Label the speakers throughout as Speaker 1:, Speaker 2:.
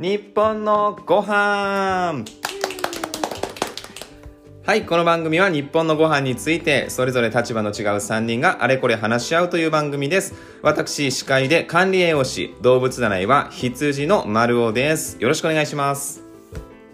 Speaker 1: 日本のご飯はい、この番組は日本のご飯について、それぞれ立場の違う3人があれこれ話し合うという番組です。私、司会で管理栄養士、動物占いは羊の丸尾です。よろしくお願いします。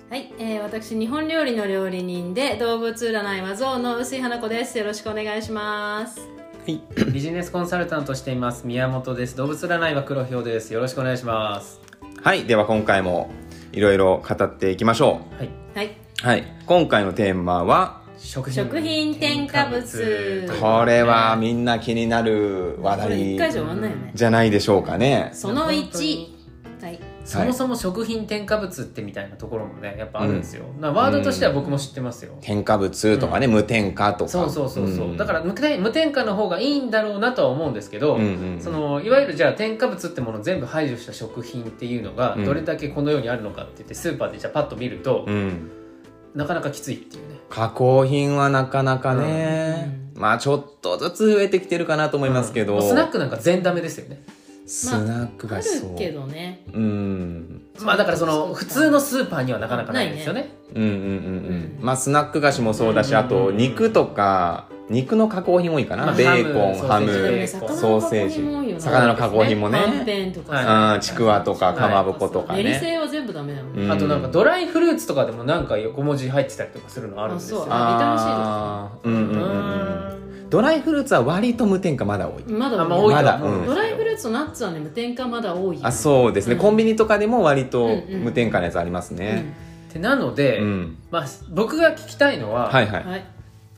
Speaker 2: はい、えー、私日本料理の料理人で動物占いは象の薄井花子ですよろしくお願いします
Speaker 3: はい、ビジネスコンサルタントしています宮本です。動物占いは黒ひょうです。よろしくお願いします。
Speaker 1: はい、では今回もいろいろ語っていきましょ
Speaker 3: はい、
Speaker 2: はい、
Speaker 1: う。はい、今回のテーマは、
Speaker 3: 食品
Speaker 2: 食品添加物
Speaker 1: これはみんな気になる話
Speaker 2: これ一回じゃ
Speaker 1: 題
Speaker 2: 終わんないよね
Speaker 1: じゃないでしょうかね。
Speaker 2: その
Speaker 3: 本当
Speaker 2: 1
Speaker 3: に
Speaker 2: はい
Speaker 3: そもそも食品添加物ってみたいなところもねやっぱあるんですよ、なワードとしては僕も知ってますよ、
Speaker 1: 添加物とかね、無添加とか。
Speaker 3: そうそうそうそう、
Speaker 1: ん
Speaker 3: だから無添無添加の方がいいんだろうなとは思うんですけど、
Speaker 1: うんうん
Speaker 3: そのいわゆるじゃあ添加物ってものを全部排除した食品っていうのが
Speaker 1: うん
Speaker 3: どれだけこの世にあるのかって言ってスーパーでじゃあパッと見ると、
Speaker 1: うん。
Speaker 3: なかなかきついっていうね
Speaker 1: 加工品はなかなかね、まあちょっとずつ増えてきてるかなと思いますけど、
Speaker 3: うんもうスナックなんか全ダメですよね
Speaker 1: スナック
Speaker 2: あ
Speaker 1: が
Speaker 2: る
Speaker 1: そう、
Speaker 2: けどね
Speaker 1: うん
Speaker 3: まあだからその普通のスーパーにはなかなかないですよね
Speaker 1: うんうんうんうん
Speaker 2: うん
Speaker 1: まあスナック菓子もそうだし、
Speaker 3: うん
Speaker 1: あと肉とか肉の加工品多いかな、
Speaker 3: まあ
Speaker 1: ベーコンハ
Speaker 3: ハム
Speaker 2: でも
Speaker 1: ム
Speaker 2: ね
Speaker 3: ソ
Speaker 2: 魚
Speaker 1: ー
Speaker 2: の加
Speaker 1: セー
Speaker 2: 工
Speaker 1: ジ
Speaker 2: 品も多いよね
Speaker 1: 魚の加工品もね
Speaker 2: はんぺんとかさ
Speaker 3: は
Speaker 1: うんちくわとかかまぼことか
Speaker 2: 練り
Speaker 1: ね、
Speaker 2: 性は全部ダメだもん
Speaker 1: う
Speaker 2: ね
Speaker 3: あとなんかドライフルーツとかでもなんか横文字入ってたりとかするのあるんです
Speaker 2: あ
Speaker 3: よ
Speaker 2: そう
Speaker 1: あーうんうんうんうんドライフルーツは割と無添加まだ多い、
Speaker 2: まだ
Speaker 3: あんま
Speaker 2: 多
Speaker 3: 多
Speaker 2: い
Speaker 3: い
Speaker 1: ま
Speaker 3: と
Speaker 1: だ
Speaker 3: は思うんですけど
Speaker 2: ドライフルーツとナッツはね無添加まだ多いよ
Speaker 1: あそうですね、
Speaker 2: うん
Speaker 1: コンビニとかでも割
Speaker 2: う
Speaker 1: と
Speaker 2: んうん
Speaker 1: 無添加のやつありますね
Speaker 3: ってなので、
Speaker 1: うん、
Speaker 3: まあ、僕が聞きたいのは、
Speaker 1: はいは
Speaker 2: う
Speaker 1: い
Speaker 2: ん、はい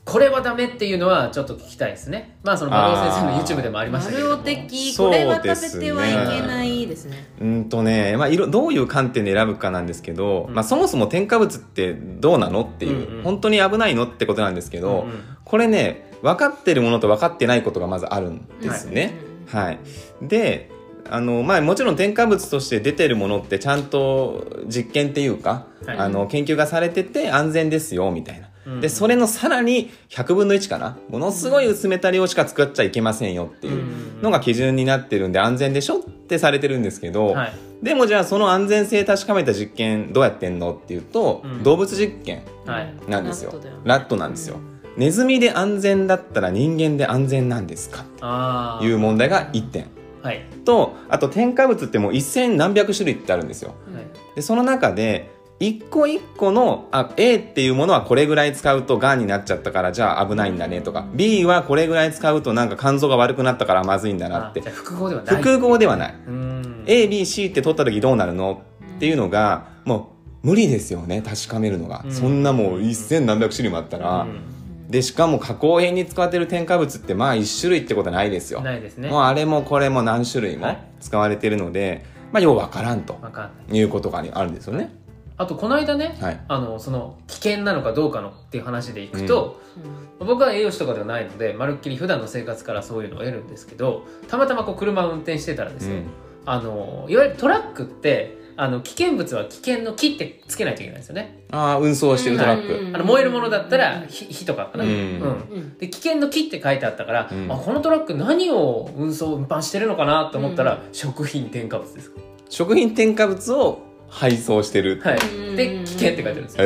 Speaker 3: これはダメっていうのはちょっと聞きたいですねまあその丸尾先生の
Speaker 1: あー
Speaker 3: YouTube でもありましたけれ
Speaker 2: 丸
Speaker 3: ど
Speaker 2: 尾
Speaker 3: も
Speaker 2: 的
Speaker 1: そ
Speaker 2: こ
Speaker 1: うです
Speaker 2: れ
Speaker 1: ね
Speaker 2: は食べてはいけないですね
Speaker 1: うんとね、まあ、いろどういう観点で選ぶかなんですけど、
Speaker 3: うん
Speaker 1: まあ、そもそも添加物ってどうなのっていう、
Speaker 3: うんうん
Speaker 1: 本当に危ないのってことなんですけど、
Speaker 3: うんうん
Speaker 1: これね分かってるものと分かってないことがまずあるんですね。はい、であの、まあ、もちろん添加物として出てるものってちゃんと実験っていうか、
Speaker 3: はい
Speaker 1: あの研究がされてて安全ですよみたいな。
Speaker 3: うん
Speaker 1: でそれのさらに100分の1かなものすごい薄めた量しか作っちゃいけませんよっていうのが基準になってるんで安全でしょってされてるんですけど、
Speaker 3: はい
Speaker 1: でもじゃあその安全性確かめた実験どうやってんのっていうと、
Speaker 3: うん
Speaker 1: 動物実験
Speaker 3: はい
Speaker 1: なんですよ
Speaker 2: ラットだよね
Speaker 1: ラットなんですよ、ネズミで安全だったら人間で安全なんですか
Speaker 3: ああ
Speaker 1: いう問題が1点
Speaker 3: はい
Speaker 1: とあと添加物ってもう1000何百種類ってあるんですよ
Speaker 3: はい
Speaker 1: でその中で一個一個のあ A っていうものはこれぐらい使うとがんになっちゃったからじゃあ危ないんだねとか B はこれぐらい使うとなんか肝臓が悪くなったからまずいんだな
Speaker 3: あ
Speaker 1: っ
Speaker 3: じ
Speaker 1: て
Speaker 3: ゃあ複合ではない
Speaker 1: 複合ではない
Speaker 3: うん
Speaker 1: ABC って取った時どうなるのっていうのがもう無理ですよね確かめるのが、
Speaker 3: うん
Speaker 1: そんなもう一千何百種類もあったら、
Speaker 3: うん
Speaker 1: でしかも加工品に使ってる添加物ってまあ一種類ってことないですよ、
Speaker 3: ないですね
Speaker 1: もうあれもこれも何種類
Speaker 3: は
Speaker 1: も
Speaker 3: い
Speaker 1: 使われてるので、まあようわからんと
Speaker 3: わかんない
Speaker 1: いうことがあるんですよね
Speaker 3: あとこの間ね、
Speaker 1: はい
Speaker 3: あのその危険なのかどうかのっていう話でいくと、僕は栄養士とかではないのでまるっきり普段の生活からそういうのを得るんですけどたまたまこう車を運転してたらですね、
Speaker 1: うん
Speaker 3: あのいわゆるトラックってあの危険物は危険の木ってつけないといけないんですよね、
Speaker 1: ああ運送してるトラック、
Speaker 2: うん
Speaker 3: あの燃えるものだったら火火とかかな、
Speaker 1: うん
Speaker 2: うん
Speaker 3: で危険の木って書いてあったから、
Speaker 1: うん
Speaker 3: あこのトラック何を運送運搬してるのかなと思ったら、
Speaker 2: う
Speaker 3: 食品添加物です
Speaker 1: 食品添加物を配送してる、
Speaker 3: はい
Speaker 2: うん
Speaker 3: で危険って書いてあるんですよ、
Speaker 2: あ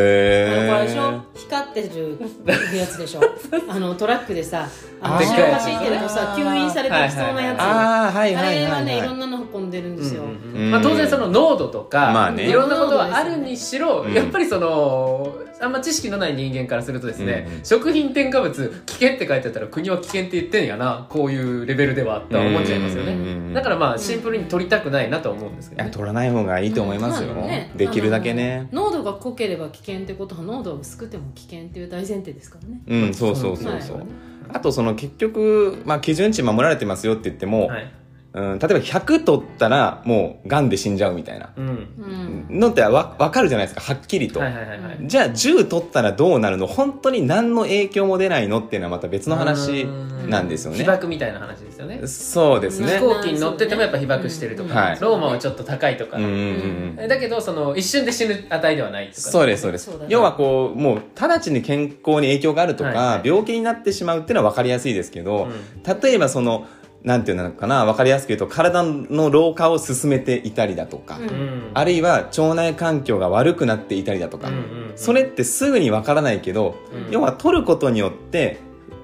Speaker 2: のこ
Speaker 1: へ
Speaker 2: れでし
Speaker 1: え
Speaker 2: ょ光ってるやつでし ょあのトラックでさあの
Speaker 1: でっ
Speaker 2: 後
Speaker 1: かい
Speaker 2: ろがついてるとさ吸引されてきそうなやつあ
Speaker 1: ああはいはいはい
Speaker 2: れ
Speaker 1: は
Speaker 2: はいねいろんなの運んでるんですよ
Speaker 3: うんうんうんまあ、当然その濃度とか、
Speaker 1: まあね
Speaker 3: いろんなことはあるにしろ、
Speaker 1: うん
Speaker 3: やっぱりそのあんま知識のない人間からするとですね、
Speaker 1: うんうん
Speaker 3: 食品添加物危険って書いてあったら国は危険って言ってんやなこういうレベルではとは思っちゃいますよね、
Speaker 1: うんうんうん
Speaker 3: だからまあシンプルに取りたくないなとは思うんですけ
Speaker 1: い
Speaker 3: ど、
Speaker 1: や
Speaker 3: ね、
Speaker 1: 取らない方がいいと思いますよ、
Speaker 2: うんまあね
Speaker 1: できるだけね
Speaker 2: あの濃度が濃ければ危険ってことは濃度が薄くても危険っていう大前提ですからね
Speaker 1: うんそうそうそうそう、
Speaker 2: はい
Speaker 1: あとその結局、まあ、基準値守られてますよって言っても、
Speaker 3: はい
Speaker 1: うん、例えば100取ったらもうがんで死んじゃうみたいな
Speaker 3: うん、
Speaker 2: うん
Speaker 1: のってわ分かるじゃないですかはっきりと、
Speaker 3: はいはいはいはい、
Speaker 1: じゃあ10取ったらどうなるの本当に何の影響も出ないのっていうのはまた別の話なんですよ
Speaker 3: 被
Speaker 1: ね
Speaker 3: 爆みたいな話ですよね
Speaker 1: そうです
Speaker 3: 飛
Speaker 1: ね
Speaker 3: 行機に乗っててもやっぱ被爆してるとか、
Speaker 1: うんはい
Speaker 3: ローマはちょっと高いとか、
Speaker 1: うんうんうん
Speaker 3: だけどその一瞬で死ぬ値ではないとかね、
Speaker 1: そうですそうです
Speaker 2: そうだね
Speaker 1: 要はこうもう直ちに健康に影響があるとか、
Speaker 3: はいはい
Speaker 1: 病気になってしまうっていうのは分かりやすいですけど、
Speaker 3: う
Speaker 1: 例えばそのなんていうのかな分かりやすく言うと体の老化を進めていたりだとか、
Speaker 2: うん
Speaker 3: うん
Speaker 1: あるいは腸内環境が悪くなっていたりだとか、
Speaker 3: うんうんうん
Speaker 1: それってすぐに分からないけど、
Speaker 3: うん
Speaker 1: 要は取ることによって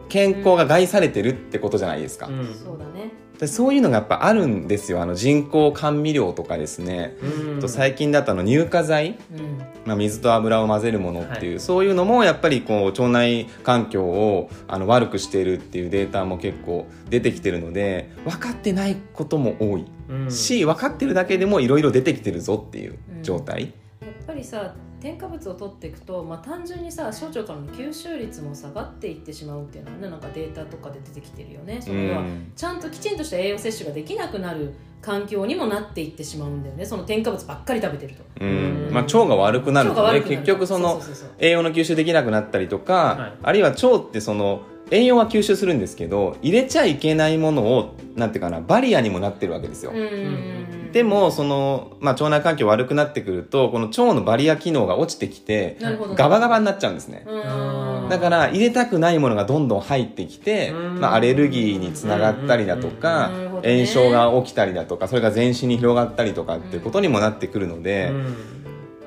Speaker 1: 健康が害されてるってことじゃないですか、
Speaker 3: うん
Speaker 2: そうだね
Speaker 1: でそういうのがやっぱあるんですよあの人工甘味料とかですね、
Speaker 3: うん
Speaker 1: と最近だとあの乳化剤、
Speaker 2: うん
Speaker 1: まあ、水と油を混ぜるものっていう、そういうのもやっぱりこう腸内環境をあの悪くしているっていうデータも結構出てきてるので分かってないことも多い
Speaker 3: うん
Speaker 1: し分かってるだけでもいろいろ出てきてるぞっていう状態、
Speaker 2: やっぱりさ添加物を取っていくと、まあ、単純にさ小腸からの吸収率も下がっていってしまうっていうのはねなんかデータとかで出てきてるよねそれ
Speaker 1: う
Speaker 2: は、
Speaker 1: ん
Speaker 2: ちゃんときちんとした栄養摂取ができなくなる環境にもなっていってしまうんだよねその添加物ばっかり食べてると
Speaker 1: うんまあ、腸が悪くなる
Speaker 2: 腸が
Speaker 1: とね
Speaker 2: 悪くなる
Speaker 1: 結局その
Speaker 2: うそうそう
Speaker 1: 栄養の吸収できなくなったりとか、
Speaker 3: はい
Speaker 1: あるいは腸ってその栄養は吸収するんですけど入れちゃいけないものをなんていうかなバリアにもなってるわけですよ、
Speaker 2: そううん
Speaker 1: でもその、まあ、腸内環境悪くなってくるとこの腸のバリア機能が落ちてきて
Speaker 2: なるほどね
Speaker 1: ガバガバになっちゃうんですね、
Speaker 2: うん
Speaker 1: だから入れたくないものがどんどん入ってきて、
Speaker 3: うん
Speaker 1: まあ、アレルギーにつながったりだとか、
Speaker 2: うんなるほどね
Speaker 1: 炎症が起きたりだとかそれが全身に広がったりとかっていうことにもなってくるので、
Speaker 3: うん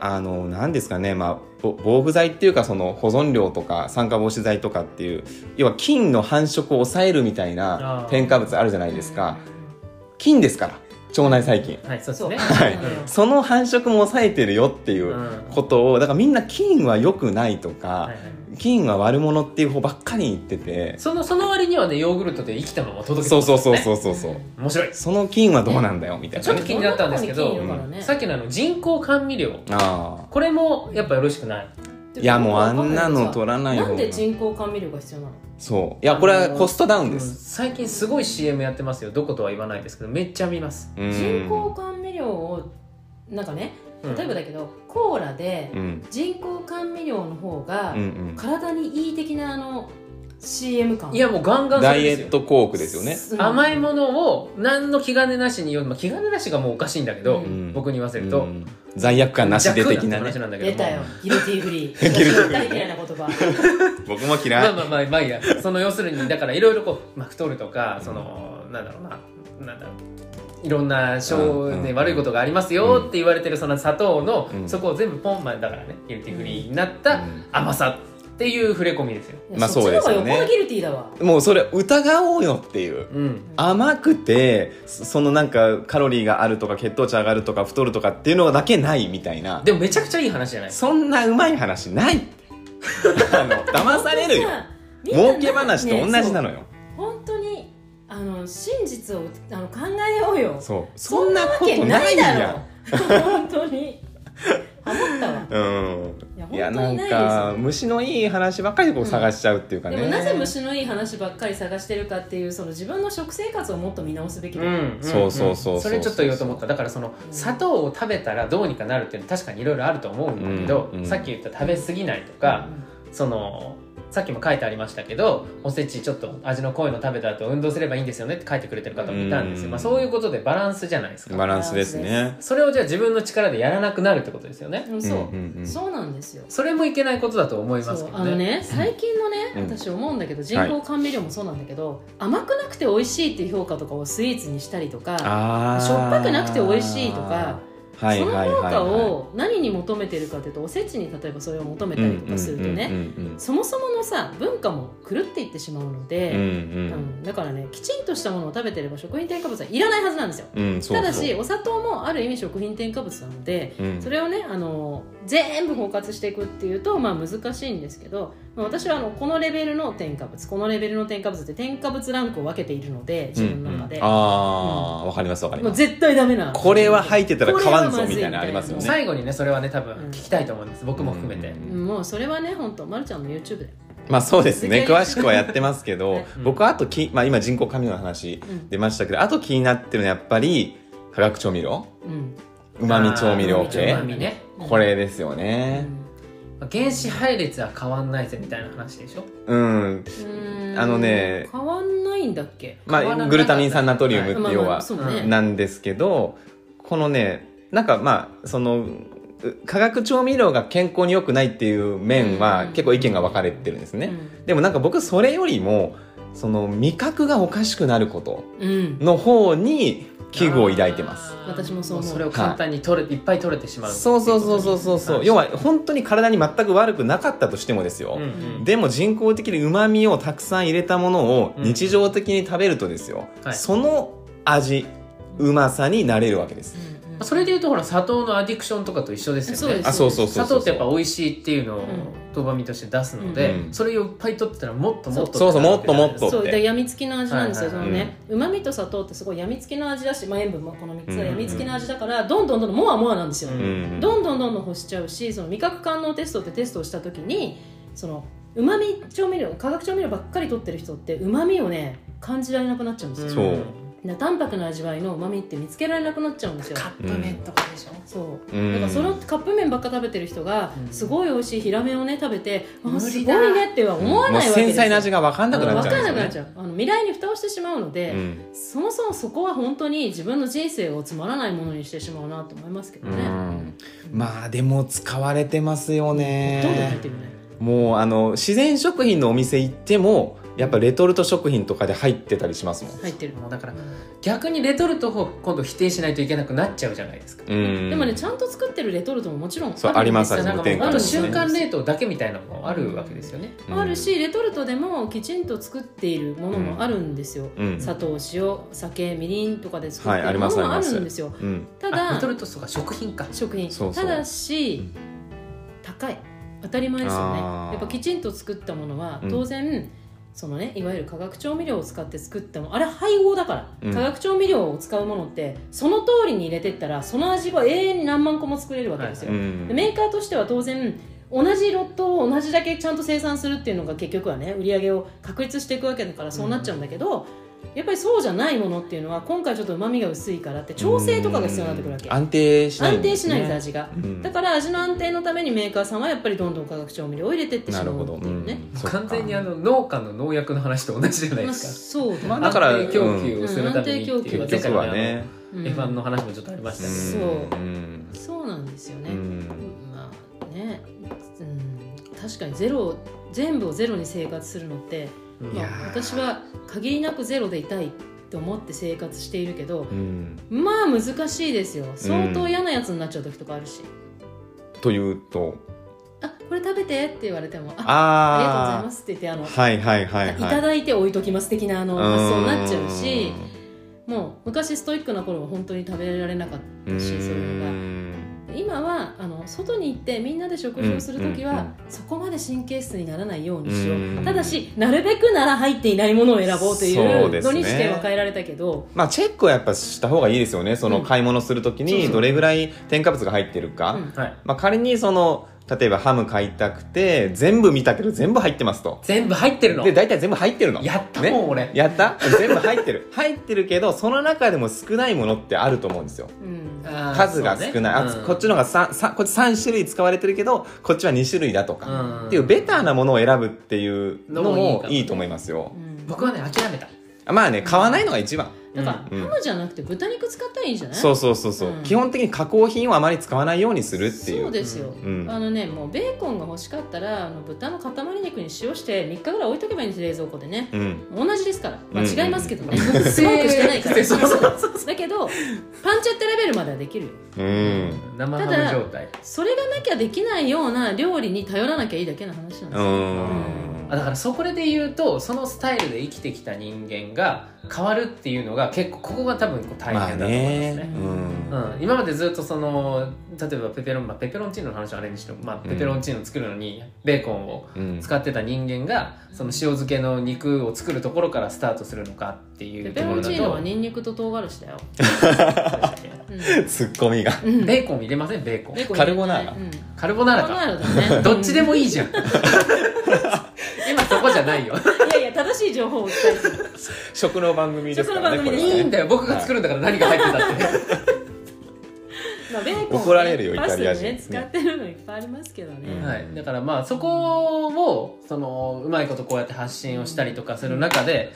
Speaker 1: あの何ですかね、まあ、ぼ防腐剤っていうかその保存料とか酸化防止剤とかっていう要は菌の繁殖を抑えるみたい
Speaker 3: あ
Speaker 1: な
Speaker 3: ー
Speaker 1: 添加物あるじゃないですか菌ですから腸内細菌
Speaker 3: はいそうですね
Speaker 2: そうはい
Speaker 1: その繁殖も抑えてるよっていうことをだからみんな菌は良くないとか
Speaker 3: はいはい
Speaker 1: 菌は悪者っていう方ばっかり言ってて
Speaker 3: そのその割にはねヨーグルトで生きたまま届けて
Speaker 1: そう
Speaker 3: ます
Speaker 1: そうそう
Speaker 3: う
Speaker 1: そうそうそう
Speaker 3: 面白い
Speaker 1: その菌はどうなんだよみたい
Speaker 3: ちょ
Speaker 1: な
Speaker 3: っと
Speaker 1: ね
Speaker 3: 気になったんですけど
Speaker 2: そんなとこに菌いるからね
Speaker 3: さっきのあの人工甘味料
Speaker 1: あ
Speaker 3: これもやっぱよろしくない
Speaker 1: あいやもうあんなの取らない
Speaker 2: な
Speaker 1: 方
Speaker 2: んで
Speaker 1: が
Speaker 2: 人工甘味料が必要なの
Speaker 1: そういやこれはコストダウンです
Speaker 3: 最近すごい CM やってますよどことは言わないですけどめっちゃ見ます
Speaker 1: うん
Speaker 2: 人工甘味料をなんかね
Speaker 3: うん
Speaker 2: 例えばだけど、コーラで
Speaker 1: うん
Speaker 2: 人工甘味料の方が
Speaker 1: うんうん
Speaker 2: 体にいい的なあの CM 感
Speaker 3: いやもうガンガンそ
Speaker 1: ダ
Speaker 3: れ
Speaker 1: イエ
Speaker 3: ですよ
Speaker 1: ットコークですよね。
Speaker 2: うん
Speaker 3: 甘いものを何の気兼ねなしによ、まあ、気兼ねなしがもうおかしいんだけど、
Speaker 2: うん
Speaker 3: 僕に言わせると、
Speaker 1: うん罪悪感なしで的なね。
Speaker 3: 弱だって話なんだけど
Speaker 2: 出
Speaker 3: も
Speaker 2: たよギルティーフリー
Speaker 1: ギルティーフリー
Speaker 2: 私の大嫌いな言葉
Speaker 1: 僕も嫌
Speaker 3: まあまあまあまあいいやその要するにだからいろいろこうまあ太るとかそのなんだろうななんだろういろんな
Speaker 1: うん
Speaker 3: 症
Speaker 1: うん
Speaker 3: ね悪いことがありますよって言われてるその砂糖の、
Speaker 1: うん
Speaker 3: そこを全部ポンマンだからねギルティフリーになった
Speaker 1: うん
Speaker 3: 甘さっていう触れ込みですよ。
Speaker 1: まあそうですよね
Speaker 2: そっちの方がよっぽどギルティーだわ
Speaker 1: もうそれ疑おうよっていう。
Speaker 3: うん、
Speaker 1: 甘くてそそのなんかカロリーがあるとか血糖値上がるとか太るとかっていうのだけないみたいな
Speaker 3: でもめちゃくちゃいい話じゃない
Speaker 1: そんなうまい話ないって あの騙されるよ
Speaker 2: みんな
Speaker 1: 儲け話と同じな
Speaker 2: ね
Speaker 1: のよ、
Speaker 2: そう本当にあの真実をあの考えようよ
Speaker 1: そう
Speaker 2: そ
Speaker 1: そ
Speaker 2: ん
Speaker 1: ん
Speaker 2: な
Speaker 1: な
Speaker 2: わ
Speaker 1: こ
Speaker 2: け
Speaker 1: と
Speaker 2: な
Speaker 1: ないい
Speaker 2: だ
Speaker 1: や
Speaker 2: ろ
Speaker 1: ん
Speaker 2: 本当にハモったわ
Speaker 1: うん
Speaker 2: い
Speaker 1: い
Speaker 2: や
Speaker 1: や
Speaker 2: 本当
Speaker 1: な
Speaker 2: に
Speaker 1: ん
Speaker 2: ないですよ
Speaker 1: か虫のいい話ばっかりこう探しちゃうっていうかね、
Speaker 2: でもなぜ虫のいい話ばっかり探してるかっていうその自分の食生活をもっと見直すべきだ、
Speaker 1: そうそうそうそう
Speaker 3: それちょっと言おうと思っただからその砂糖を食べたらどうにかなるっていうのは確かにいろいろあると思うんだけど、
Speaker 1: うんうん
Speaker 3: さっき言った食べ過ぎないとか、そのさっきも書いてありましたけどおせちちょっと味の濃いの食べた後運動すればいいんですよねって書いてくれてる方もいたんですよ、
Speaker 1: うん
Speaker 3: まあ、そういうことでバランスじゃないです
Speaker 1: バ
Speaker 3: か
Speaker 1: ランスですね
Speaker 3: それをじゃあ自分の力でやらなくなるってことですよね
Speaker 2: うんそう、
Speaker 1: んんん
Speaker 2: そうなんですよ
Speaker 3: それもいけないことだと思いま
Speaker 2: そ
Speaker 3: す
Speaker 2: う
Speaker 3: け
Speaker 2: あの
Speaker 3: どね
Speaker 2: ね最近のね、
Speaker 1: うん
Speaker 2: 私思うんだけど人工甘味料もそうなんだけど、甘くなくて美味しいっていう評価とかをスイーツにしたりとか
Speaker 1: あー
Speaker 2: しょっぱくなくて美味しいとか、
Speaker 1: はい
Speaker 2: そ
Speaker 1: はい
Speaker 2: の
Speaker 1: は
Speaker 2: 評
Speaker 1: いはい、
Speaker 2: 価を何に求めてるかっていうとおせちに例えばそれを求めたりとかするとね、そもそものさ文化も狂っていってしまうの
Speaker 1: うんう
Speaker 2: で、うん
Speaker 1: ん
Speaker 2: だからねきちんとしたものを食べてれば食品添加物はいらないはずなんですよ
Speaker 1: うんうんそうそう
Speaker 2: ただしお砂糖もある意味食品添加物なので
Speaker 1: うん
Speaker 2: それをねあの全部包括していくっていうと、まあ、難しいんですけど、まあ、私はあのこのレベルの添加物このレベルの添加物って添加物ランクを分けているので自分の中で、
Speaker 1: うんうんああ、わかりますわかり
Speaker 2: もう
Speaker 1: ます
Speaker 2: 絶対ダメな
Speaker 1: これは入ってたら変わん
Speaker 2: これは
Speaker 1: ぞ
Speaker 2: まずい
Speaker 1: みたいなのありますよ
Speaker 2: みたいな
Speaker 1: ね
Speaker 3: 最後にねそれはね多分
Speaker 2: うん
Speaker 3: 聞きたいと思います、僕も含めて、
Speaker 1: うん
Speaker 2: うんもうそれはね本当まるちゃんの YouTube で、
Speaker 1: まあそうですね
Speaker 2: 続け
Speaker 1: 詳しくはやってますけ ど、
Speaker 2: はい
Speaker 3: うん
Speaker 1: 僕はあとき、まあ、今人工甘味料の話
Speaker 2: うん
Speaker 1: 出ましたけどあと気になってるのはやっぱり化学調味料
Speaker 2: うん
Speaker 1: うまみ調味料
Speaker 3: う
Speaker 1: 系
Speaker 3: まみね
Speaker 1: これですよ
Speaker 2: う
Speaker 1: ね
Speaker 2: ん
Speaker 3: まあ原子配列は変わんないぜみたいな話でしょ
Speaker 1: うん、
Speaker 2: うーん
Speaker 1: あのね
Speaker 2: 変わんないんだっけ
Speaker 1: ま
Speaker 3: 変わらなか
Speaker 1: あ
Speaker 3: った
Speaker 1: グルタミン酸ナトリウムって要
Speaker 2: まあまあ
Speaker 1: は
Speaker 2: そうね
Speaker 1: なんですけどこのねなんかまあそのう化学調味料が健康に良くないっていう面
Speaker 2: う
Speaker 1: は
Speaker 2: ん
Speaker 1: 結構意見が分かれてるんですね、
Speaker 2: うん
Speaker 1: でもなんか僕それよりもその味覚がおかしくなること
Speaker 2: うん
Speaker 1: の方に危惧を抱いてます。
Speaker 3: あー
Speaker 2: 私もそう思う
Speaker 3: それを簡単に取れ、い、っぱい取れてしまう
Speaker 1: そうそうそうそうそうそう要
Speaker 3: は、
Speaker 1: は本当に体に全く悪くなかったとしてもですよ、
Speaker 3: うんうん
Speaker 1: でも人工的に旨味をたくさん入れたものを
Speaker 3: うん
Speaker 1: 日常的に食べるとですよ、
Speaker 3: はい
Speaker 1: その味うまさになれるわけです、
Speaker 2: うんうん
Speaker 3: それでいうとほら砂糖のアディクションとかと一緒ですよね
Speaker 2: そうです
Speaker 1: あそうそうそう
Speaker 3: 砂
Speaker 1: そ
Speaker 3: 糖
Speaker 1: う
Speaker 3: ってやっぱ美味しいっていうのを
Speaker 2: ん
Speaker 3: ドーパミンとして出すので、
Speaker 1: うん
Speaker 3: それをいっぱい取ってたらもっともっと
Speaker 1: そうそうもっともっと
Speaker 2: そうでやみつきの味なんですよ、
Speaker 3: はい
Speaker 1: はい
Speaker 2: そのねうま、みと砂糖ってすごいやみつきの味だし、まあ、塩分もこの3つはやみつきの味だから、どんどんどんどんもわもわなんですよ、
Speaker 3: うん
Speaker 1: うん
Speaker 2: どんどんどんどん欲しちゃうしその味覚官能テストってテストをした時にそのうまみ調味料化学調味料ばっかり取ってる人ってうまみをね感じられなくなっちゃうんですよ、
Speaker 1: そう
Speaker 2: だから淡白な味わいのうまみって見つけられなくなっちゃうんですよ
Speaker 3: カップ麺とかでしょ、
Speaker 2: そう
Speaker 1: うん
Speaker 2: だからそのカップ麺ばっか食べてる人が
Speaker 3: うん
Speaker 2: すごい美味しいヒラメをね食べて、あ
Speaker 3: 無
Speaker 2: す
Speaker 3: 理
Speaker 2: ご
Speaker 3: だ
Speaker 2: いねっては思わないわけ
Speaker 1: もう繊
Speaker 2: ですよ、
Speaker 1: 細な味が分かんなくなっちゃうん
Speaker 2: 分かんなくなっ
Speaker 1: です
Speaker 2: ち
Speaker 1: よね
Speaker 2: ゃうあの未来に蓋をしてしまうので、
Speaker 1: うん
Speaker 2: そもそもそこは本当に自分の人生をつまらないものにしてしまうなと思いますけど
Speaker 1: う
Speaker 2: ね、
Speaker 1: んまあでも使われてますよね
Speaker 2: どんどん入ってるね
Speaker 1: もうあの自然食品のお店行ってもやっぱレトルト食品とかで入ってたりしますもん、
Speaker 2: 入ってる
Speaker 3: もうだから逆にレトルトを今度否定しないといけなくなっちゃうじゃないですか、
Speaker 1: うん
Speaker 2: でもねちゃんと作ってるレトルトももちろん
Speaker 1: そう
Speaker 2: あるんで
Speaker 1: あります
Speaker 2: よ
Speaker 1: あり
Speaker 3: なん
Speaker 1: ま
Speaker 3: か
Speaker 1: す
Speaker 3: もうあ
Speaker 2: 無添加で
Speaker 3: と
Speaker 2: すね
Speaker 3: 瞬間冷凍だけみたいなのもあるわけですよね、
Speaker 2: あるしレトルトでもきちんと作っているものもあるんですよ、
Speaker 1: うん
Speaker 2: 砂糖塩酒みりんとかで作っ
Speaker 1: は
Speaker 2: て
Speaker 1: いあ
Speaker 2: い
Speaker 1: り
Speaker 2: る
Speaker 1: ま
Speaker 2: も
Speaker 1: す
Speaker 2: のもあ
Speaker 1: あります
Speaker 2: るんですよ、
Speaker 1: うん
Speaker 2: た
Speaker 3: あレト
Speaker 2: だ
Speaker 3: ルトとか食品か
Speaker 2: 食品
Speaker 1: そうそう
Speaker 2: ただし、
Speaker 1: うん
Speaker 2: 高い当たり前ですよね
Speaker 1: あー
Speaker 2: やっぱきちんと作ったものは
Speaker 1: うん
Speaker 2: 当然、そのね、いわゆる化学調味料を使って作ったものあれ配合だから、
Speaker 1: うん
Speaker 2: 化学調味料を使うものってその通りに入れてったらその味が永遠に何万個も作れるわけですよ、
Speaker 1: うん
Speaker 2: でメーカーとしては当然同じロットを同じだけちゃんと生産するっていうのが結局はね売り上げを確立していくわけだからそうなっちゃうんだけど、やっぱりそうじゃないものっていうのは今回ちょっとうまみが薄いからって調整とかが必要になってくるわけ、
Speaker 1: うん安定しない
Speaker 2: 安
Speaker 1: んで
Speaker 2: 定
Speaker 1: す
Speaker 2: し
Speaker 1: ね、
Speaker 2: ないです味が、
Speaker 1: うん
Speaker 2: だから味の安定のためにメーカーさんはやっぱりどんどん化学調味料を入れてってし
Speaker 1: な
Speaker 2: ま
Speaker 1: る
Speaker 2: う
Speaker 1: ほ
Speaker 2: っ
Speaker 1: ど、
Speaker 2: ていうね、
Speaker 1: うんそっか
Speaker 3: 完全にあの農家の農薬の話と同じじゃない
Speaker 2: まあ、
Speaker 3: ですか、
Speaker 2: そうだ、ね
Speaker 1: まあだから
Speaker 3: 安定供給をするためにっていう
Speaker 2: うん安定供給
Speaker 1: 結局はね、
Speaker 2: うん
Speaker 3: F1 の話もちょっとありましたけど、
Speaker 2: そうんそうなんですよね、
Speaker 1: うん
Speaker 2: まあね、うん、確かにゼロ全部をゼロに生活するのって、
Speaker 3: うん
Speaker 1: い
Speaker 2: ま
Speaker 1: や
Speaker 2: あ、
Speaker 1: ー
Speaker 2: 私は限りなくゼロでいたいと思って生活しているけど
Speaker 1: うん
Speaker 2: まあ難しいですよ相当嫌なやつになっちゃう時とかあるし、
Speaker 1: というと
Speaker 2: あこれ食べてって言われてもあありがとうござい
Speaker 1: あ
Speaker 2: ますって言ってあの、
Speaker 1: あはいはいはいはい
Speaker 2: いただいて置いときます的なあの発想になっちゃうし
Speaker 1: う
Speaker 2: もう昔ストイックな頃は本当に食べられなかった
Speaker 1: ん
Speaker 2: しそういうのが。
Speaker 1: うん
Speaker 2: 今はあの外に行ってみんなで食事をする時は、
Speaker 1: うんうんうん
Speaker 2: そこまで神経質にならないようにしよう、
Speaker 1: うん
Speaker 2: ただしなるべくなら入っていないものを選ぼうとい
Speaker 1: そうで
Speaker 2: う
Speaker 1: す
Speaker 2: の
Speaker 1: ね
Speaker 2: にしては変えられたけど、
Speaker 1: まあチェックはやっぱした方がいいですよねその
Speaker 2: うん
Speaker 1: 買い物するとき
Speaker 2: そう
Speaker 1: に
Speaker 2: そう
Speaker 1: どれぐらい添加物が入ってるか、
Speaker 2: うん
Speaker 3: はい、
Speaker 1: まあ、仮にその例えばハム買いたくて全部見たけど全部入ってますと
Speaker 3: 全部入ってるの
Speaker 1: で大体全部入ってるの
Speaker 3: やったもん、
Speaker 1: ね
Speaker 3: 俺
Speaker 1: やった全部入ってる 入ってるけどその中でも少ないものってあると思うんですよ
Speaker 2: うん
Speaker 3: あー
Speaker 1: 数が少ない、
Speaker 3: そう
Speaker 1: あ
Speaker 3: ね
Speaker 1: こっちのが 3, 三こっち3種類使われてるけどこっちは2種類だとか、
Speaker 3: うん
Speaker 1: っていうベターなものを選ぶっていうの
Speaker 3: のもいい
Speaker 1: も
Speaker 3: かも
Speaker 1: いいと思いますよ
Speaker 2: うん
Speaker 3: 僕はね諦めた
Speaker 1: まあね買わないのが一番、
Speaker 2: だから、
Speaker 1: うん
Speaker 2: ハムじゃなくて豚肉使ったらいいんじゃない
Speaker 1: そうそうそうそう、
Speaker 2: うん
Speaker 1: 基本的に加工品をあまり使わないようにするってい
Speaker 2: そう
Speaker 1: う
Speaker 2: ですよ、
Speaker 1: うん
Speaker 2: あのねもうベーコンが欲しかったらあの豚の塊肉に塩して3日ぐらい置いとけばいいんです冷蔵庫でね、
Speaker 1: うん
Speaker 2: 同じですから、まあ、
Speaker 1: うん
Speaker 2: 違いますけどね、すごくしてな いから
Speaker 3: そうそうそうそう
Speaker 2: だけどパンチェッタレベルまではできるよ
Speaker 1: うん
Speaker 3: 生ハム状態
Speaker 2: それがなきゃできないような料理に頼らなきゃいいだけの話なんですよ、
Speaker 1: うん
Speaker 3: あだからそこで言うとそのスタイルで生きてきた人間が変わるっていうのが結構ここが多分こう大変だと
Speaker 1: まあ
Speaker 3: 思いますね,、
Speaker 1: うん
Speaker 3: うん、今までずっとその例えばペペロン、まあ、ペペロンチーノの話はあれにしても、まあ、ペペロンチーノ作るのにベーコンを
Speaker 1: うん
Speaker 3: 使ってた人間がその塩漬けの肉を作るところからスタートするのかってい
Speaker 2: ペ
Speaker 3: う
Speaker 2: ペ
Speaker 3: とこ
Speaker 2: ロ
Speaker 3: ろ
Speaker 2: ン
Speaker 3: だ
Speaker 2: チ
Speaker 3: と
Speaker 2: ーノはニンニクと唐辛子だよ、う
Speaker 1: ツッコミが
Speaker 2: んうん、
Speaker 3: ベーコン入れませんベーコン
Speaker 2: ベーコン入れて
Speaker 1: カルボナーラ
Speaker 2: うん
Speaker 3: カルボナー
Speaker 2: カ
Speaker 3: ラ
Speaker 2: ルボナー
Speaker 3: か
Speaker 2: ラだね
Speaker 3: どっちでもいい じゃん今そこじゃないよ
Speaker 2: うんいやいや正しい情報をお伝えする
Speaker 1: 食の番組ですからね
Speaker 2: 食の番組です
Speaker 1: これはい
Speaker 3: いんだよ僕が作るんだから何が入ってたって、
Speaker 2: まあベーコンね
Speaker 1: 怒られるよ
Speaker 2: パスタに
Speaker 1: イタリア
Speaker 2: ね
Speaker 1: 人ね
Speaker 2: 使ってるのいっぱいありますけどね、
Speaker 1: うん
Speaker 3: はい、だからまあそこをそのうまいことこうやって発信をしたりとかする中で、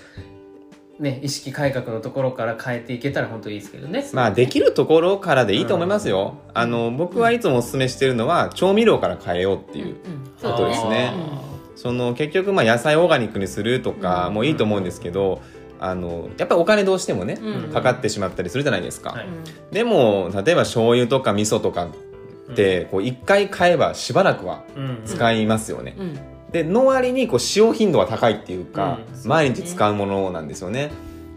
Speaker 3: ね、意識改革のところから変えていけたら本当いいですけどね、
Speaker 1: まあできるところからでいいと思いますよ、あの僕はいつもおすすめしてるのは調味料から変えようっていう、
Speaker 2: んん
Speaker 1: そうですね
Speaker 3: あー
Speaker 1: その結局まあ野菜オーガニックにするとかもいいと思うんですけど、あのやっぱりお金どうしてもね、
Speaker 2: うん
Speaker 1: かかってしまったりするじゃないですか、
Speaker 3: はい
Speaker 1: でも例えば醤油とか味噌とかってこう1回買えばしばらくは
Speaker 3: うん
Speaker 1: 使いますよね、
Speaker 2: うんうん
Speaker 1: での割にこう使用頻度は高いっていうか、
Speaker 3: う
Speaker 1: 毎日使うものなんですよね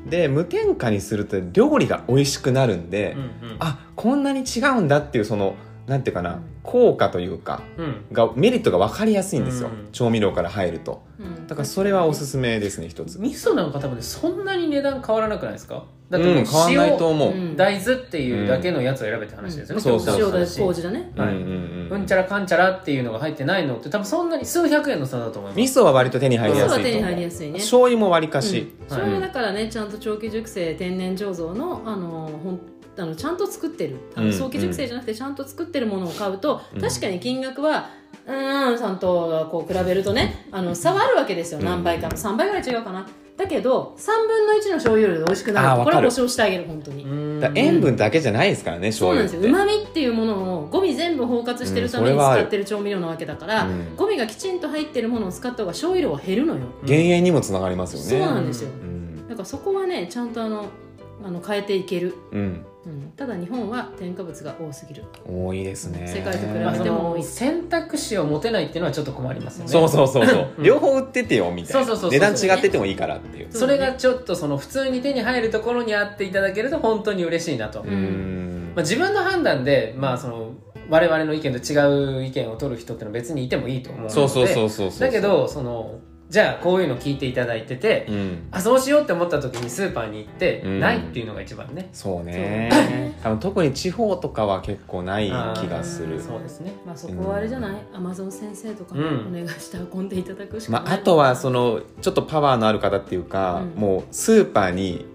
Speaker 1: で無添加にすると料理が美味しくなるんで、
Speaker 3: うんうん
Speaker 1: あこんなに違うんだっていうそのなんていうかな、
Speaker 2: うん
Speaker 1: 効果というか
Speaker 3: うん
Speaker 1: がメリットが分かりやすいんですよ、
Speaker 3: うん
Speaker 1: 調味料から入ると
Speaker 2: うん
Speaker 1: だからそれはおすすめですね一つ
Speaker 3: 味噌なんか多分ねそんなに値段変わらなくないですかだっても
Speaker 1: う
Speaker 3: うん
Speaker 1: 変わんないと
Speaker 3: 塩
Speaker 1: 思う、
Speaker 2: うん
Speaker 3: 大豆っていうだけのやつを選べって話ですよね、
Speaker 1: そうそうそう
Speaker 2: 塩だし麹だね
Speaker 1: うん
Speaker 3: はい
Speaker 1: うんう
Speaker 3: うん
Speaker 1: ん
Speaker 3: ちゃらかんちゃらっていうのが入ってないのって多分そんなに数百円の差だと思います
Speaker 1: 味噌は割と手に入り
Speaker 2: そう
Speaker 1: や
Speaker 2: は
Speaker 1: すい
Speaker 2: 手
Speaker 1: と
Speaker 2: に
Speaker 1: 思う
Speaker 2: 入りやすいね
Speaker 1: 醤油も割りかし、
Speaker 2: うんそれはだからねちゃんと長期熟成天然醸造のあのほんあのちゃんと作ってるあ
Speaker 1: うん
Speaker 2: の早期熟成じゃなくてちゃんと作ってるものを買うと、
Speaker 1: うん
Speaker 2: 確かに金額はうーんさんとこう比べるとねあの差はあるわけですよ
Speaker 1: うん
Speaker 2: 何倍か3倍ぐらい違うかなだけど3分の1の醤油量で美味しくな
Speaker 1: あー
Speaker 2: る
Speaker 1: わ
Speaker 2: こ
Speaker 1: かる
Speaker 2: れは保証してあげる本当に、
Speaker 3: うん
Speaker 1: だから塩分だけじゃないですからね
Speaker 2: そ
Speaker 1: 醤
Speaker 2: うなん
Speaker 1: 油っ
Speaker 2: です
Speaker 1: て
Speaker 2: ようまみっていうものをゴミ全部包括してるため
Speaker 1: うんそれ
Speaker 2: に
Speaker 1: はある
Speaker 2: 使ってる調味料なわけだから、
Speaker 1: うん
Speaker 2: ゴミがきちんと入ってるものを使った方が醤油量は減るのよ、
Speaker 1: 減塩にもつながりますよね
Speaker 2: そうなんですよ、
Speaker 1: うん
Speaker 2: だからそこはねちゃんとあのあの変えていける、
Speaker 1: うん
Speaker 2: うん、ただ日本は添加物が多すぎる
Speaker 1: 多いですね
Speaker 2: 世界と比べ
Speaker 3: まあそ
Speaker 2: ても
Speaker 3: の選択肢を持てないっていうのはちょっと困りますよね
Speaker 1: そうそうそうそう、
Speaker 3: うん
Speaker 1: 両方売っててよみたいな
Speaker 3: そうそうそうそう
Speaker 1: 値段違っててもいいからっていう
Speaker 2: そう
Speaker 3: それがちょっとその普通に手に入るところにあっていただけると本当に嬉しいなと、
Speaker 2: うん
Speaker 1: う
Speaker 3: ま
Speaker 1: ん
Speaker 3: あ、自分の判断で、まあ、その我々の意見と違う意見を取る人ってのは別にいてもいいと思うので
Speaker 1: そうそうそうそうそう
Speaker 3: だけどそのじゃあこういうの聞いていただいてて、
Speaker 1: うん
Speaker 3: あそうしようって思った時にスーパーに行って、
Speaker 1: うん
Speaker 3: ないっていうのが一番ね
Speaker 1: そう
Speaker 2: そう
Speaker 1: ね多分特に地方とかは結構ない気がす
Speaker 2: う
Speaker 1: る
Speaker 2: ん
Speaker 3: そうですね
Speaker 2: まあそこはあれじゃない、アマゾン先生とかに
Speaker 3: うん
Speaker 2: お願いして運んでいただくしか
Speaker 1: ま
Speaker 2: ない、
Speaker 1: あ、あとはそのちょっとパワーのある方っていうか、
Speaker 2: うん
Speaker 1: もうスーパーに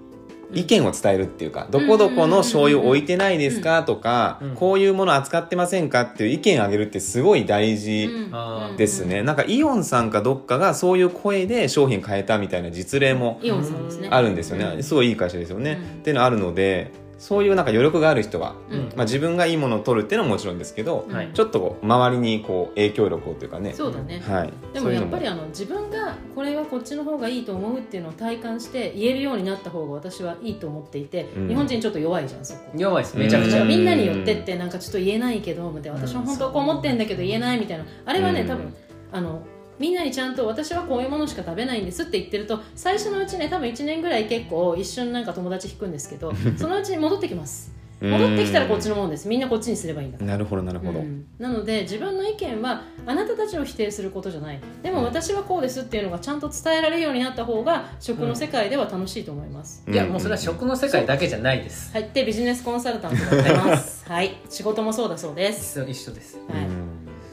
Speaker 1: 意見を伝えるっていうか、どこどこの醤油置いてないですかとか、
Speaker 3: うん
Speaker 1: こういうもの扱ってませんかっていう意見あげるってすごい大
Speaker 2: う
Speaker 1: 事
Speaker 2: ん
Speaker 3: あー
Speaker 1: ですね、、なんかイオンさんかどっかがそういう声で商品変えたみたいな実例も
Speaker 2: うんイオンさんですね
Speaker 1: あるんですよね、
Speaker 2: うん
Speaker 1: すごいいい会社ですよね、
Speaker 2: うん
Speaker 1: っていうのあるのでそういうなんか余力がある人は、
Speaker 2: うん
Speaker 1: まあ、自分がいいものを取るっていうのももちろんですけど、
Speaker 2: うん
Speaker 3: はい
Speaker 1: ちょっとこう周りにこう影響力をというかね
Speaker 2: そうだね、
Speaker 1: はい、
Speaker 2: で
Speaker 1: そ
Speaker 2: も
Speaker 1: ういう
Speaker 2: や
Speaker 1: の
Speaker 2: っぱりあの自分がこれはこっちの方がいいと思うっていうのを体感して言えるようになった方が私はいいと思っていて、
Speaker 1: うん
Speaker 2: 日本人ちょっと弱いじゃんそこ
Speaker 3: 弱いですめちゃくち
Speaker 1: う
Speaker 3: ゃ
Speaker 1: ん
Speaker 2: みんなに寄ってってなんかちょっと言えないけどみたいな私は本当はこう思ってんだけど言えないみたいなあれはね
Speaker 1: うん
Speaker 2: 多分あのみんなにちゃんと私はこういうものしか食べないんですって言ってると最初のうちね多分1年ぐらい結構一瞬なんか友達引くんですけどそのうちに戻ってきます戻ってきたらこっちのもんですみんなこっちにすればいいんだから
Speaker 1: なるほどなるほど、
Speaker 2: うんなので自分の意見はあなたたちを否定することじゃないでも私はこうですっていうのがちゃんと伝えられるようになった方が食の世界では楽しいと思います、
Speaker 3: いやもうそれは食の世界だけじゃないです
Speaker 2: はいでビジネスコンサルタントやってます はい仕事もそうだそうです、
Speaker 3: そう一緒です
Speaker 1: う
Speaker 2: はい、
Speaker 1: ん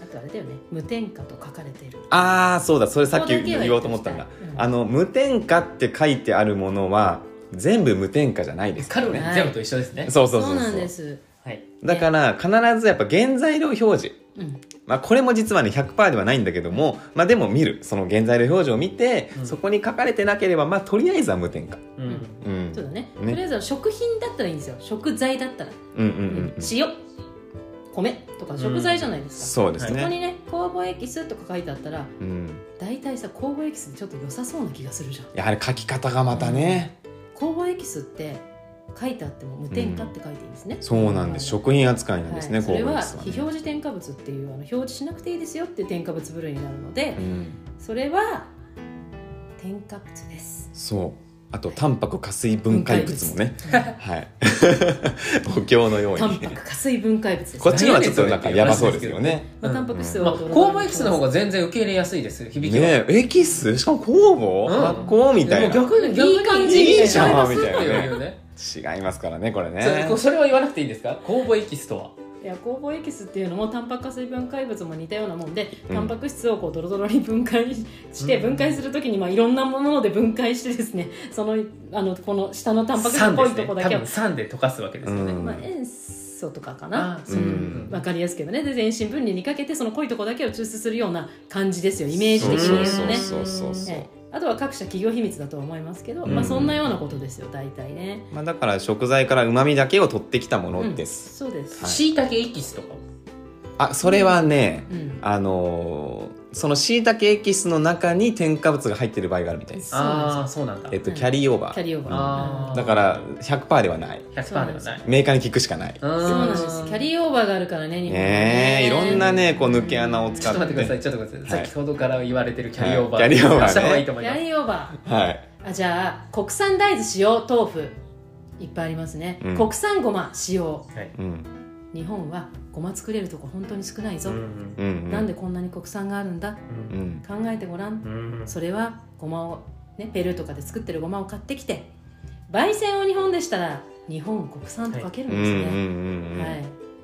Speaker 2: あとあれだよね無添加と書かれている
Speaker 1: ああそうだそれさっ
Speaker 2: そ
Speaker 1: き
Speaker 2: こだけは
Speaker 1: 言おうと思ったんだ、
Speaker 2: 言っておきたいうん
Speaker 1: あの無添加って書いてあるものは全部無添加じゃないです
Speaker 3: カロリー
Speaker 2: はい
Speaker 3: ゼロと一緒ですね
Speaker 1: そうそうそう
Speaker 2: なん
Speaker 1: そ
Speaker 2: で
Speaker 1: う
Speaker 2: す、
Speaker 3: はい
Speaker 1: だから必ずやっぱ原材料表示
Speaker 2: うん、
Speaker 1: まあこれも実はね100%ではないんだけどもまあでも見るその原材料表示を見て、
Speaker 3: うん
Speaker 1: そこに書かれてなければまあとりあえずは無添加、
Speaker 3: うんん
Speaker 1: うん、
Speaker 2: そうだね
Speaker 1: ね
Speaker 2: とりあえずは食品だったらいいんですよ食材だったら、
Speaker 1: うんうんう
Speaker 2: うん
Speaker 1: んうん
Speaker 2: 塩米とか食材じゃないです
Speaker 1: そうで
Speaker 2: か、
Speaker 1: す
Speaker 2: そこ
Speaker 1: ね、
Speaker 2: にね酵母エキスとか書いてあったら
Speaker 1: うん、
Speaker 2: 大体さ酵母エキスってちょっと良さそうな気がするじゃん
Speaker 1: やはり書き方がまたね、
Speaker 2: 酵母エキスって書いてあっても無添加って書いていいんですね、
Speaker 1: そうなんです
Speaker 2: はい
Speaker 1: 食品扱いなんですね、
Speaker 2: はい、それ
Speaker 1: 工
Speaker 2: は
Speaker 1: 房室
Speaker 2: 非表示添加物っていうあの表示しなくていいですよっていう添加物部類になるので、
Speaker 1: うん
Speaker 2: それは添加物です
Speaker 1: そうあとタンパク加水分解物もね
Speaker 2: 分解
Speaker 1: はいお経のよう
Speaker 2: 物タン
Speaker 1: に
Speaker 2: パク加水分解物です
Speaker 1: こっちのはちょっとなんかやばそうですよね
Speaker 2: まあ、タンパク質
Speaker 3: ま
Speaker 2: は
Speaker 3: あ、
Speaker 2: どうぞ
Speaker 3: 酵母エキスの方が全然受け入れやすいです響きは、
Speaker 1: ねえエキスしかも酵母、
Speaker 3: うん
Speaker 1: 発酵みたいな
Speaker 3: でも逆に逆に
Speaker 2: いい感じ
Speaker 1: いいじゃんみたいなね
Speaker 3: そううよね
Speaker 1: 違いますからねこれね
Speaker 3: そそれは言わなくていいんですか酵母エキスとはい
Speaker 2: や酵母エキスっていうのもタンパク質分解物も似たようなもんで、
Speaker 1: うん
Speaker 2: タンパク質をこうドロドロに分解して、
Speaker 3: うん
Speaker 2: 分解するときにまあいろんなもので分解してですねそのあのこの下のタンパク質っ
Speaker 3: 酸
Speaker 2: ぽい
Speaker 3: です
Speaker 2: と
Speaker 3: ね
Speaker 2: こ
Speaker 3: 多
Speaker 2: だけを
Speaker 3: 分、酸で溶かすわけですよね、
Speaker 1: うん
Speaker 2: まあ、塩素とかか
Speaker 3: あ
Speaker 2: な
Speaker 3: そう
Speaker 1: うん
Speaker 2: わかりやすく言えばねで全身分離にかけてその濃いとこだけを抽出するような感じですよイメージ
Speaker 1: そう
Speaker 2: 的に
Speaker 1: そう
Speaker 2: 言う
Speaker 1: そ
Speaker 2: と
Speaker 1: うそ
Speaker 2: ね
Speaker 1: うそうそう
Speaker 2: ええあとは各社企業秘密だとは思いますけど、
Speaker 1: うん
Speaker 2: まあ、そんなようなことですよ大体ね、
Speaker 1: まあ、だから食材からうまみだけを取ってきたものです、
Speaker 2: そうです、
Speaker 1: はい
Speaker 3: しいたけエキスとか
Speaker 1: あそれはね、
Speaker 2: うん
Speaker 1: あのーそのしいたけエキスの中に添加物が入ってる場合があるみたいです
Speaker 2: そうなんですよ
Speaker 3: ああーそうなんだ
Speaker 1: えっと
Speaker 2: うん
Speaker 1: キャリーオーバ
Speaker 2: キャ
Speaker 1: ー
Speaker 2: リーオー
Speaker 3: あ
Speaker 2: バー
Speaker 3: ー
Speaker 1: だから100%ではない
Speaker 3: 100%ではない
Speaker 1: メーカーに聞くしかない
Speaker 3: そう
Speaker 2: そうなんですキャリーオーバーがあるからね日本は
Speaker 1: ねえいろんなねこう抜け穴を
Speaker 3: ち
Speaker 1: 使
Speaker 3: ょ
Speaker 1: っ
Speaker 3: っと
Speaker 1: て
Speaker 3: 待ってください、ちょっと待ってください。
Speaker 1: はい
Speaker 3: 先ほどから言われてるキャリーオーバー。
Speaker 1: はいキャリーオーバーね
Speaker 3: 出した方がいいと
Speaker 2: キ
Speaker 3: 思いま
Speaker 2: ャ
Speaker 3: す。
Speaker 2: リーオーバ
Speaker 1: はい
Speaker 2: ーあじゃあ国産大豆使用豆腐いっぱいありますね、
Speaker 1: うん
Speaker 2: 国産ごま使用
Speaker 1: うん
Speaker 2: 日本はごま作れるとこ本当に少ないぞ、
Speaker 3: うん
Speaker 1: うんうん
Speaker 2: なんでこんなに国産があるんだ
Speaker 1: う
Speaker 3: うん
Speaker 1: ん
Speaker 2: 考えてごらん
Speaker 3: うん
Speaker 2: それはごまをねペルーとかで作ってるごまを買ってきて焙煎を日本でしたら日本国産と書けるん
Speaker 1: うんう
Speaker 2: ですね、
Speaker 1: んうん
Speaker 2: はい、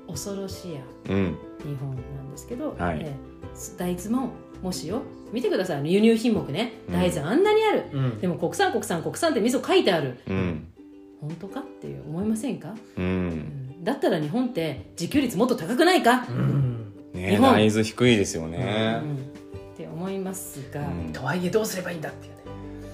Speaker 2: 恐ろしや
Speaker 1: うんうん
Speaker 2: 日本なんですけど、
Speaker 1: はい
Speaker 2: ええ大豆ももしよ見てくださいあの輸入品目ね
Speaker 1: うん
Speaker 2: 大豆あんなにある、
Speaker 3: うん
Speaker 2: でも国産国産国産って味噌書いてある
Speaker 1: うん
Speaker 2: 本当かっていう思いませんか、
Speaker 1: う
Speaker 2: うんんだったら日本って自給率もっと高くないか
Speaker 3: う、ん
Speaker 1: ね
Speaker 2: 日本
Speaker 1: 大豆低いですよ
Speaker 2: う
Speaker 1: ね
Speaker 2: んって思いますが、
Speaker 1: うん
Speaker 3: とはいえどうすればいいんだっていうね。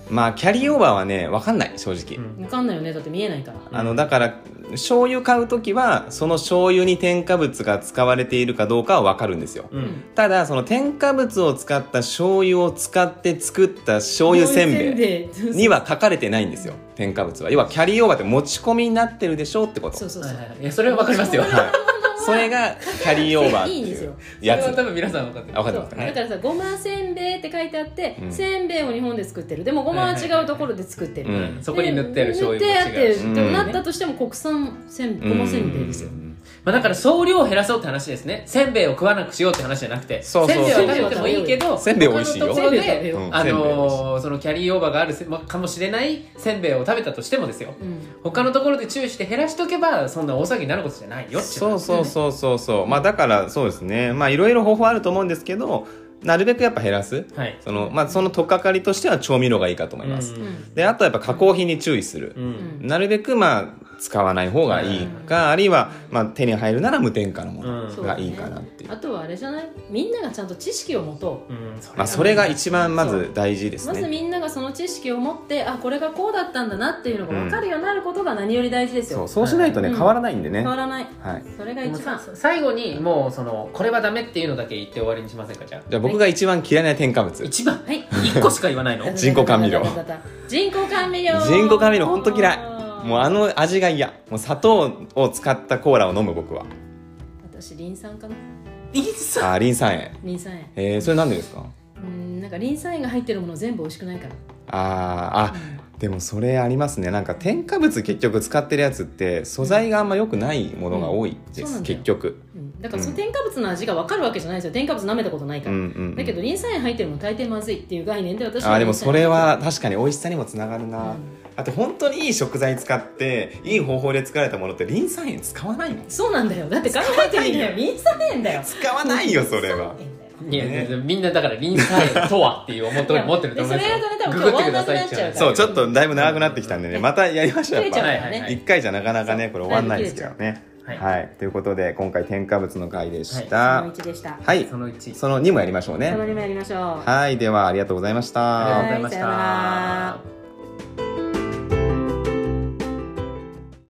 Speaker 1: まあキャリーオーバーはね分かんない正直
Speaker 2: 分かんないよねだって見えないから
Speaker 1: あのだから醤油買う時はその醤油に添加物が使われているかどうかは分かるんですよ
Speaker 3: うんうん
Speaker 1: ただその添加物を使った醤油を使って作った醤油せんべい
Speaker 2: べい
Speaker 1: には書かれてないんですよ添加物は要はキャリーオーバーって持ち込みになってるでしょうってこと
Speaker 2: そうそうそう、
Speaker 3: はいはいいやそれはわかりますよ。
Speaker 1: はいそれがキャリーオーバーって
Speaker 2: いいんです
Speaker 1: い
Speaker 2: よ
Speaker 1: う や
Speaker 3: それは多
Speaker 1: つ
Speaker 3: 分皆さん分かってる
Speaker 1: あ分かって
Speaker 2: そ
Speaker 1: ますか
Speaker 2: うだ
Speaker 1: ね
Speaker 2: からさごませんべいって書いてあって、
Speaker 1: うん
Speaker 2: せんべいを日本で作ってるでもごまは違うところで作ってる、
Speaker 1: うん
Speaker 3: うんそこに塗ってある醤油
Speaker 2: で
Speaker 3: も
Speaker 2: 塗ってあっ
Speaker 3: 違う
Speaker 2: て
Speaker 3: し。
Speaker 1: うん
Speaker 2: でもなったとしても国産せんごませんべいですよ
Speaker 1: うん
Speaker 3: まあだから総量を減らそうって話ですね。せんべいを食わなくしようって話じゃなくて。
Speaker 1: そうそうそう
Speaker 3: せんべいは食べてもいいけど、
Speaker 1: せんべい美味しいよ
Speaker 3: 他のと
Speaker 2: せ
Speaker 3: ころ
Speaker 2: んべい
Speaker 3: で
Speaker 2: 食べよう
Speaker 1: うん
Speaker 3: あのーそのキャリーオーバーがあるせまかもしれないせんべいを食べたとしてもですよ。
Speaker 2: うん
Speaker 3: 他のところで注意して減らしとけばそんな大騒ぎになることじゃないよってい
Speaker 1: そうそうそうそうそうまあだからそうですねまあいろいろ方法あると思うんですけどなるべくやっぱ減らす
Speaker 3: はい
Speaker 1: そのまあその取っかかりとしては調味料がいいかと思います、
Speaker 2: うん
Speaker 1: であとはやっぱ加工品に注意する、
Speaker 3: うん
Speaker 2: うん
Speaker 1: なるべくまあ使わない方がいいか、あるいはまあ手に入るなら無添加のもの
Speaker 3: うん
Speaker 1: がいいかなっていう、
Speaker 2: あとはあれじゃないみんながちゃんと知識を持とう
Speaker 3: うんそれ
Speaker 1: まあ、それが一番まず大事です
Speaker 2: まず
Speaker 1: ね
Speaker 2: みんながその知識を持ってあこれがこうだったんだなっていうのが分かるようになることが何より大事ですよ、
Speaker 1: そうそうしないとね、
Speaker 2: うん
Speaker 1: 変わらないんでね
Speaker 2: 変わ
Speaker 1: は
Speaker 2: らない
Speaker 1: い
Speaker 2: それが
Speaker 3: でも
Speaker 2: 一番
Speaker 3: さ最後にもうそのこれはダメっていうのだけ言って終わりにしませんかじゃ
Speaker 1: じゃあ僕が一番嫌いな添加物
Speaker 3: あ一番
Speaker 2: はい
Speaker 3: 一個しか言わないの
Speaker 1: 人工甘味料
Speaker 2: 人工甘味料
Speaker 1: 人工甘味料ほんと嫌いもう
Speaker 2: う
Speaker 1: あの味が嫌もう砂糖を使ったコーラを飲む僕 は
Speaker 2: 私リン酸かな
Speaker 1: あーリン酸塩
Speaker 2: リン酸塩
Speaker 1: えー、それなんでですか
Speaker 2: うんなんかリン酸塩が入ってるもの全部美味しくないから
Speaker 1: あーあでもそれありますねなんか添加物結局使ってるやつって素材があんま良くないものが多いで
Speaker 2: うんそう
Speaker 1: す、
Speaker 2: なんだよ
Speaker 1: 結局、
Speaker 2: うんだからその添加物の味が分かるわけじゃないですよ添加物舐めたことないか
Speaker 1: う
Speaker 2: ら、
Speaker 1: んうんうん
Speaker 2: だけどリン酸塩入ってるもの大抵まずいっていう概念で私
Speaker 1: あーでも
Speaker 2: リン酸
Speaker 1: そ
Speaker 2: 塩
Speaker 1: れは確かに美味しさにもつながるな、
Speaker 2: うん
Speaker 1: あと本当にいい食材使っていい方法で作られたものってリン酸塩使わないもん
Speaker 2: そうなんだよだって考えてみたよリン酸塩だよ
Speaker 1: 使わないよそれは
Speaker 2: リン酸塩だよ
Speaker 3: いや、
Speaker 1: ね
Speaker 3: みんなだから臨済とはっていう思っとり持ってると思いますよ
Speaker 2: いやそれがダメだ
Speaker 3: ググってください
Speaker 2: 終わんなくなっちゃ
Speaker 1: そうちょっとだいぶ長くなってきたんでねまたやりましょうや
Speaker 2: 切れ
Speaker 1: っ
Speaker 2: ちゃう
Speaker 1: ぱ
Speaker 2: からね、
Speaker 3: はいはい
Speaker 1: 一回じゃなかなかねこれ終わんないですけどね
Speaker 3: はい
Speaker 1: はいということで今回添加物の回でし
Speaker 2: そ
Speaker 1: た
Speaker 2: の1でした、
Speaker 1: はい
Speaker 3: その1
Speaker 1: その2もやりましょう
Speaker 2: その
Speaker 1: ね
Speaker 2: 2もやりましょう
Speaker 1: はいではありがとうございました
Speaker 3: ありがとうご
Speaker 2: は
Speaker 3: ざいまし
Speaker 2: いさような
Speaker 3: た
Speaker 2: ら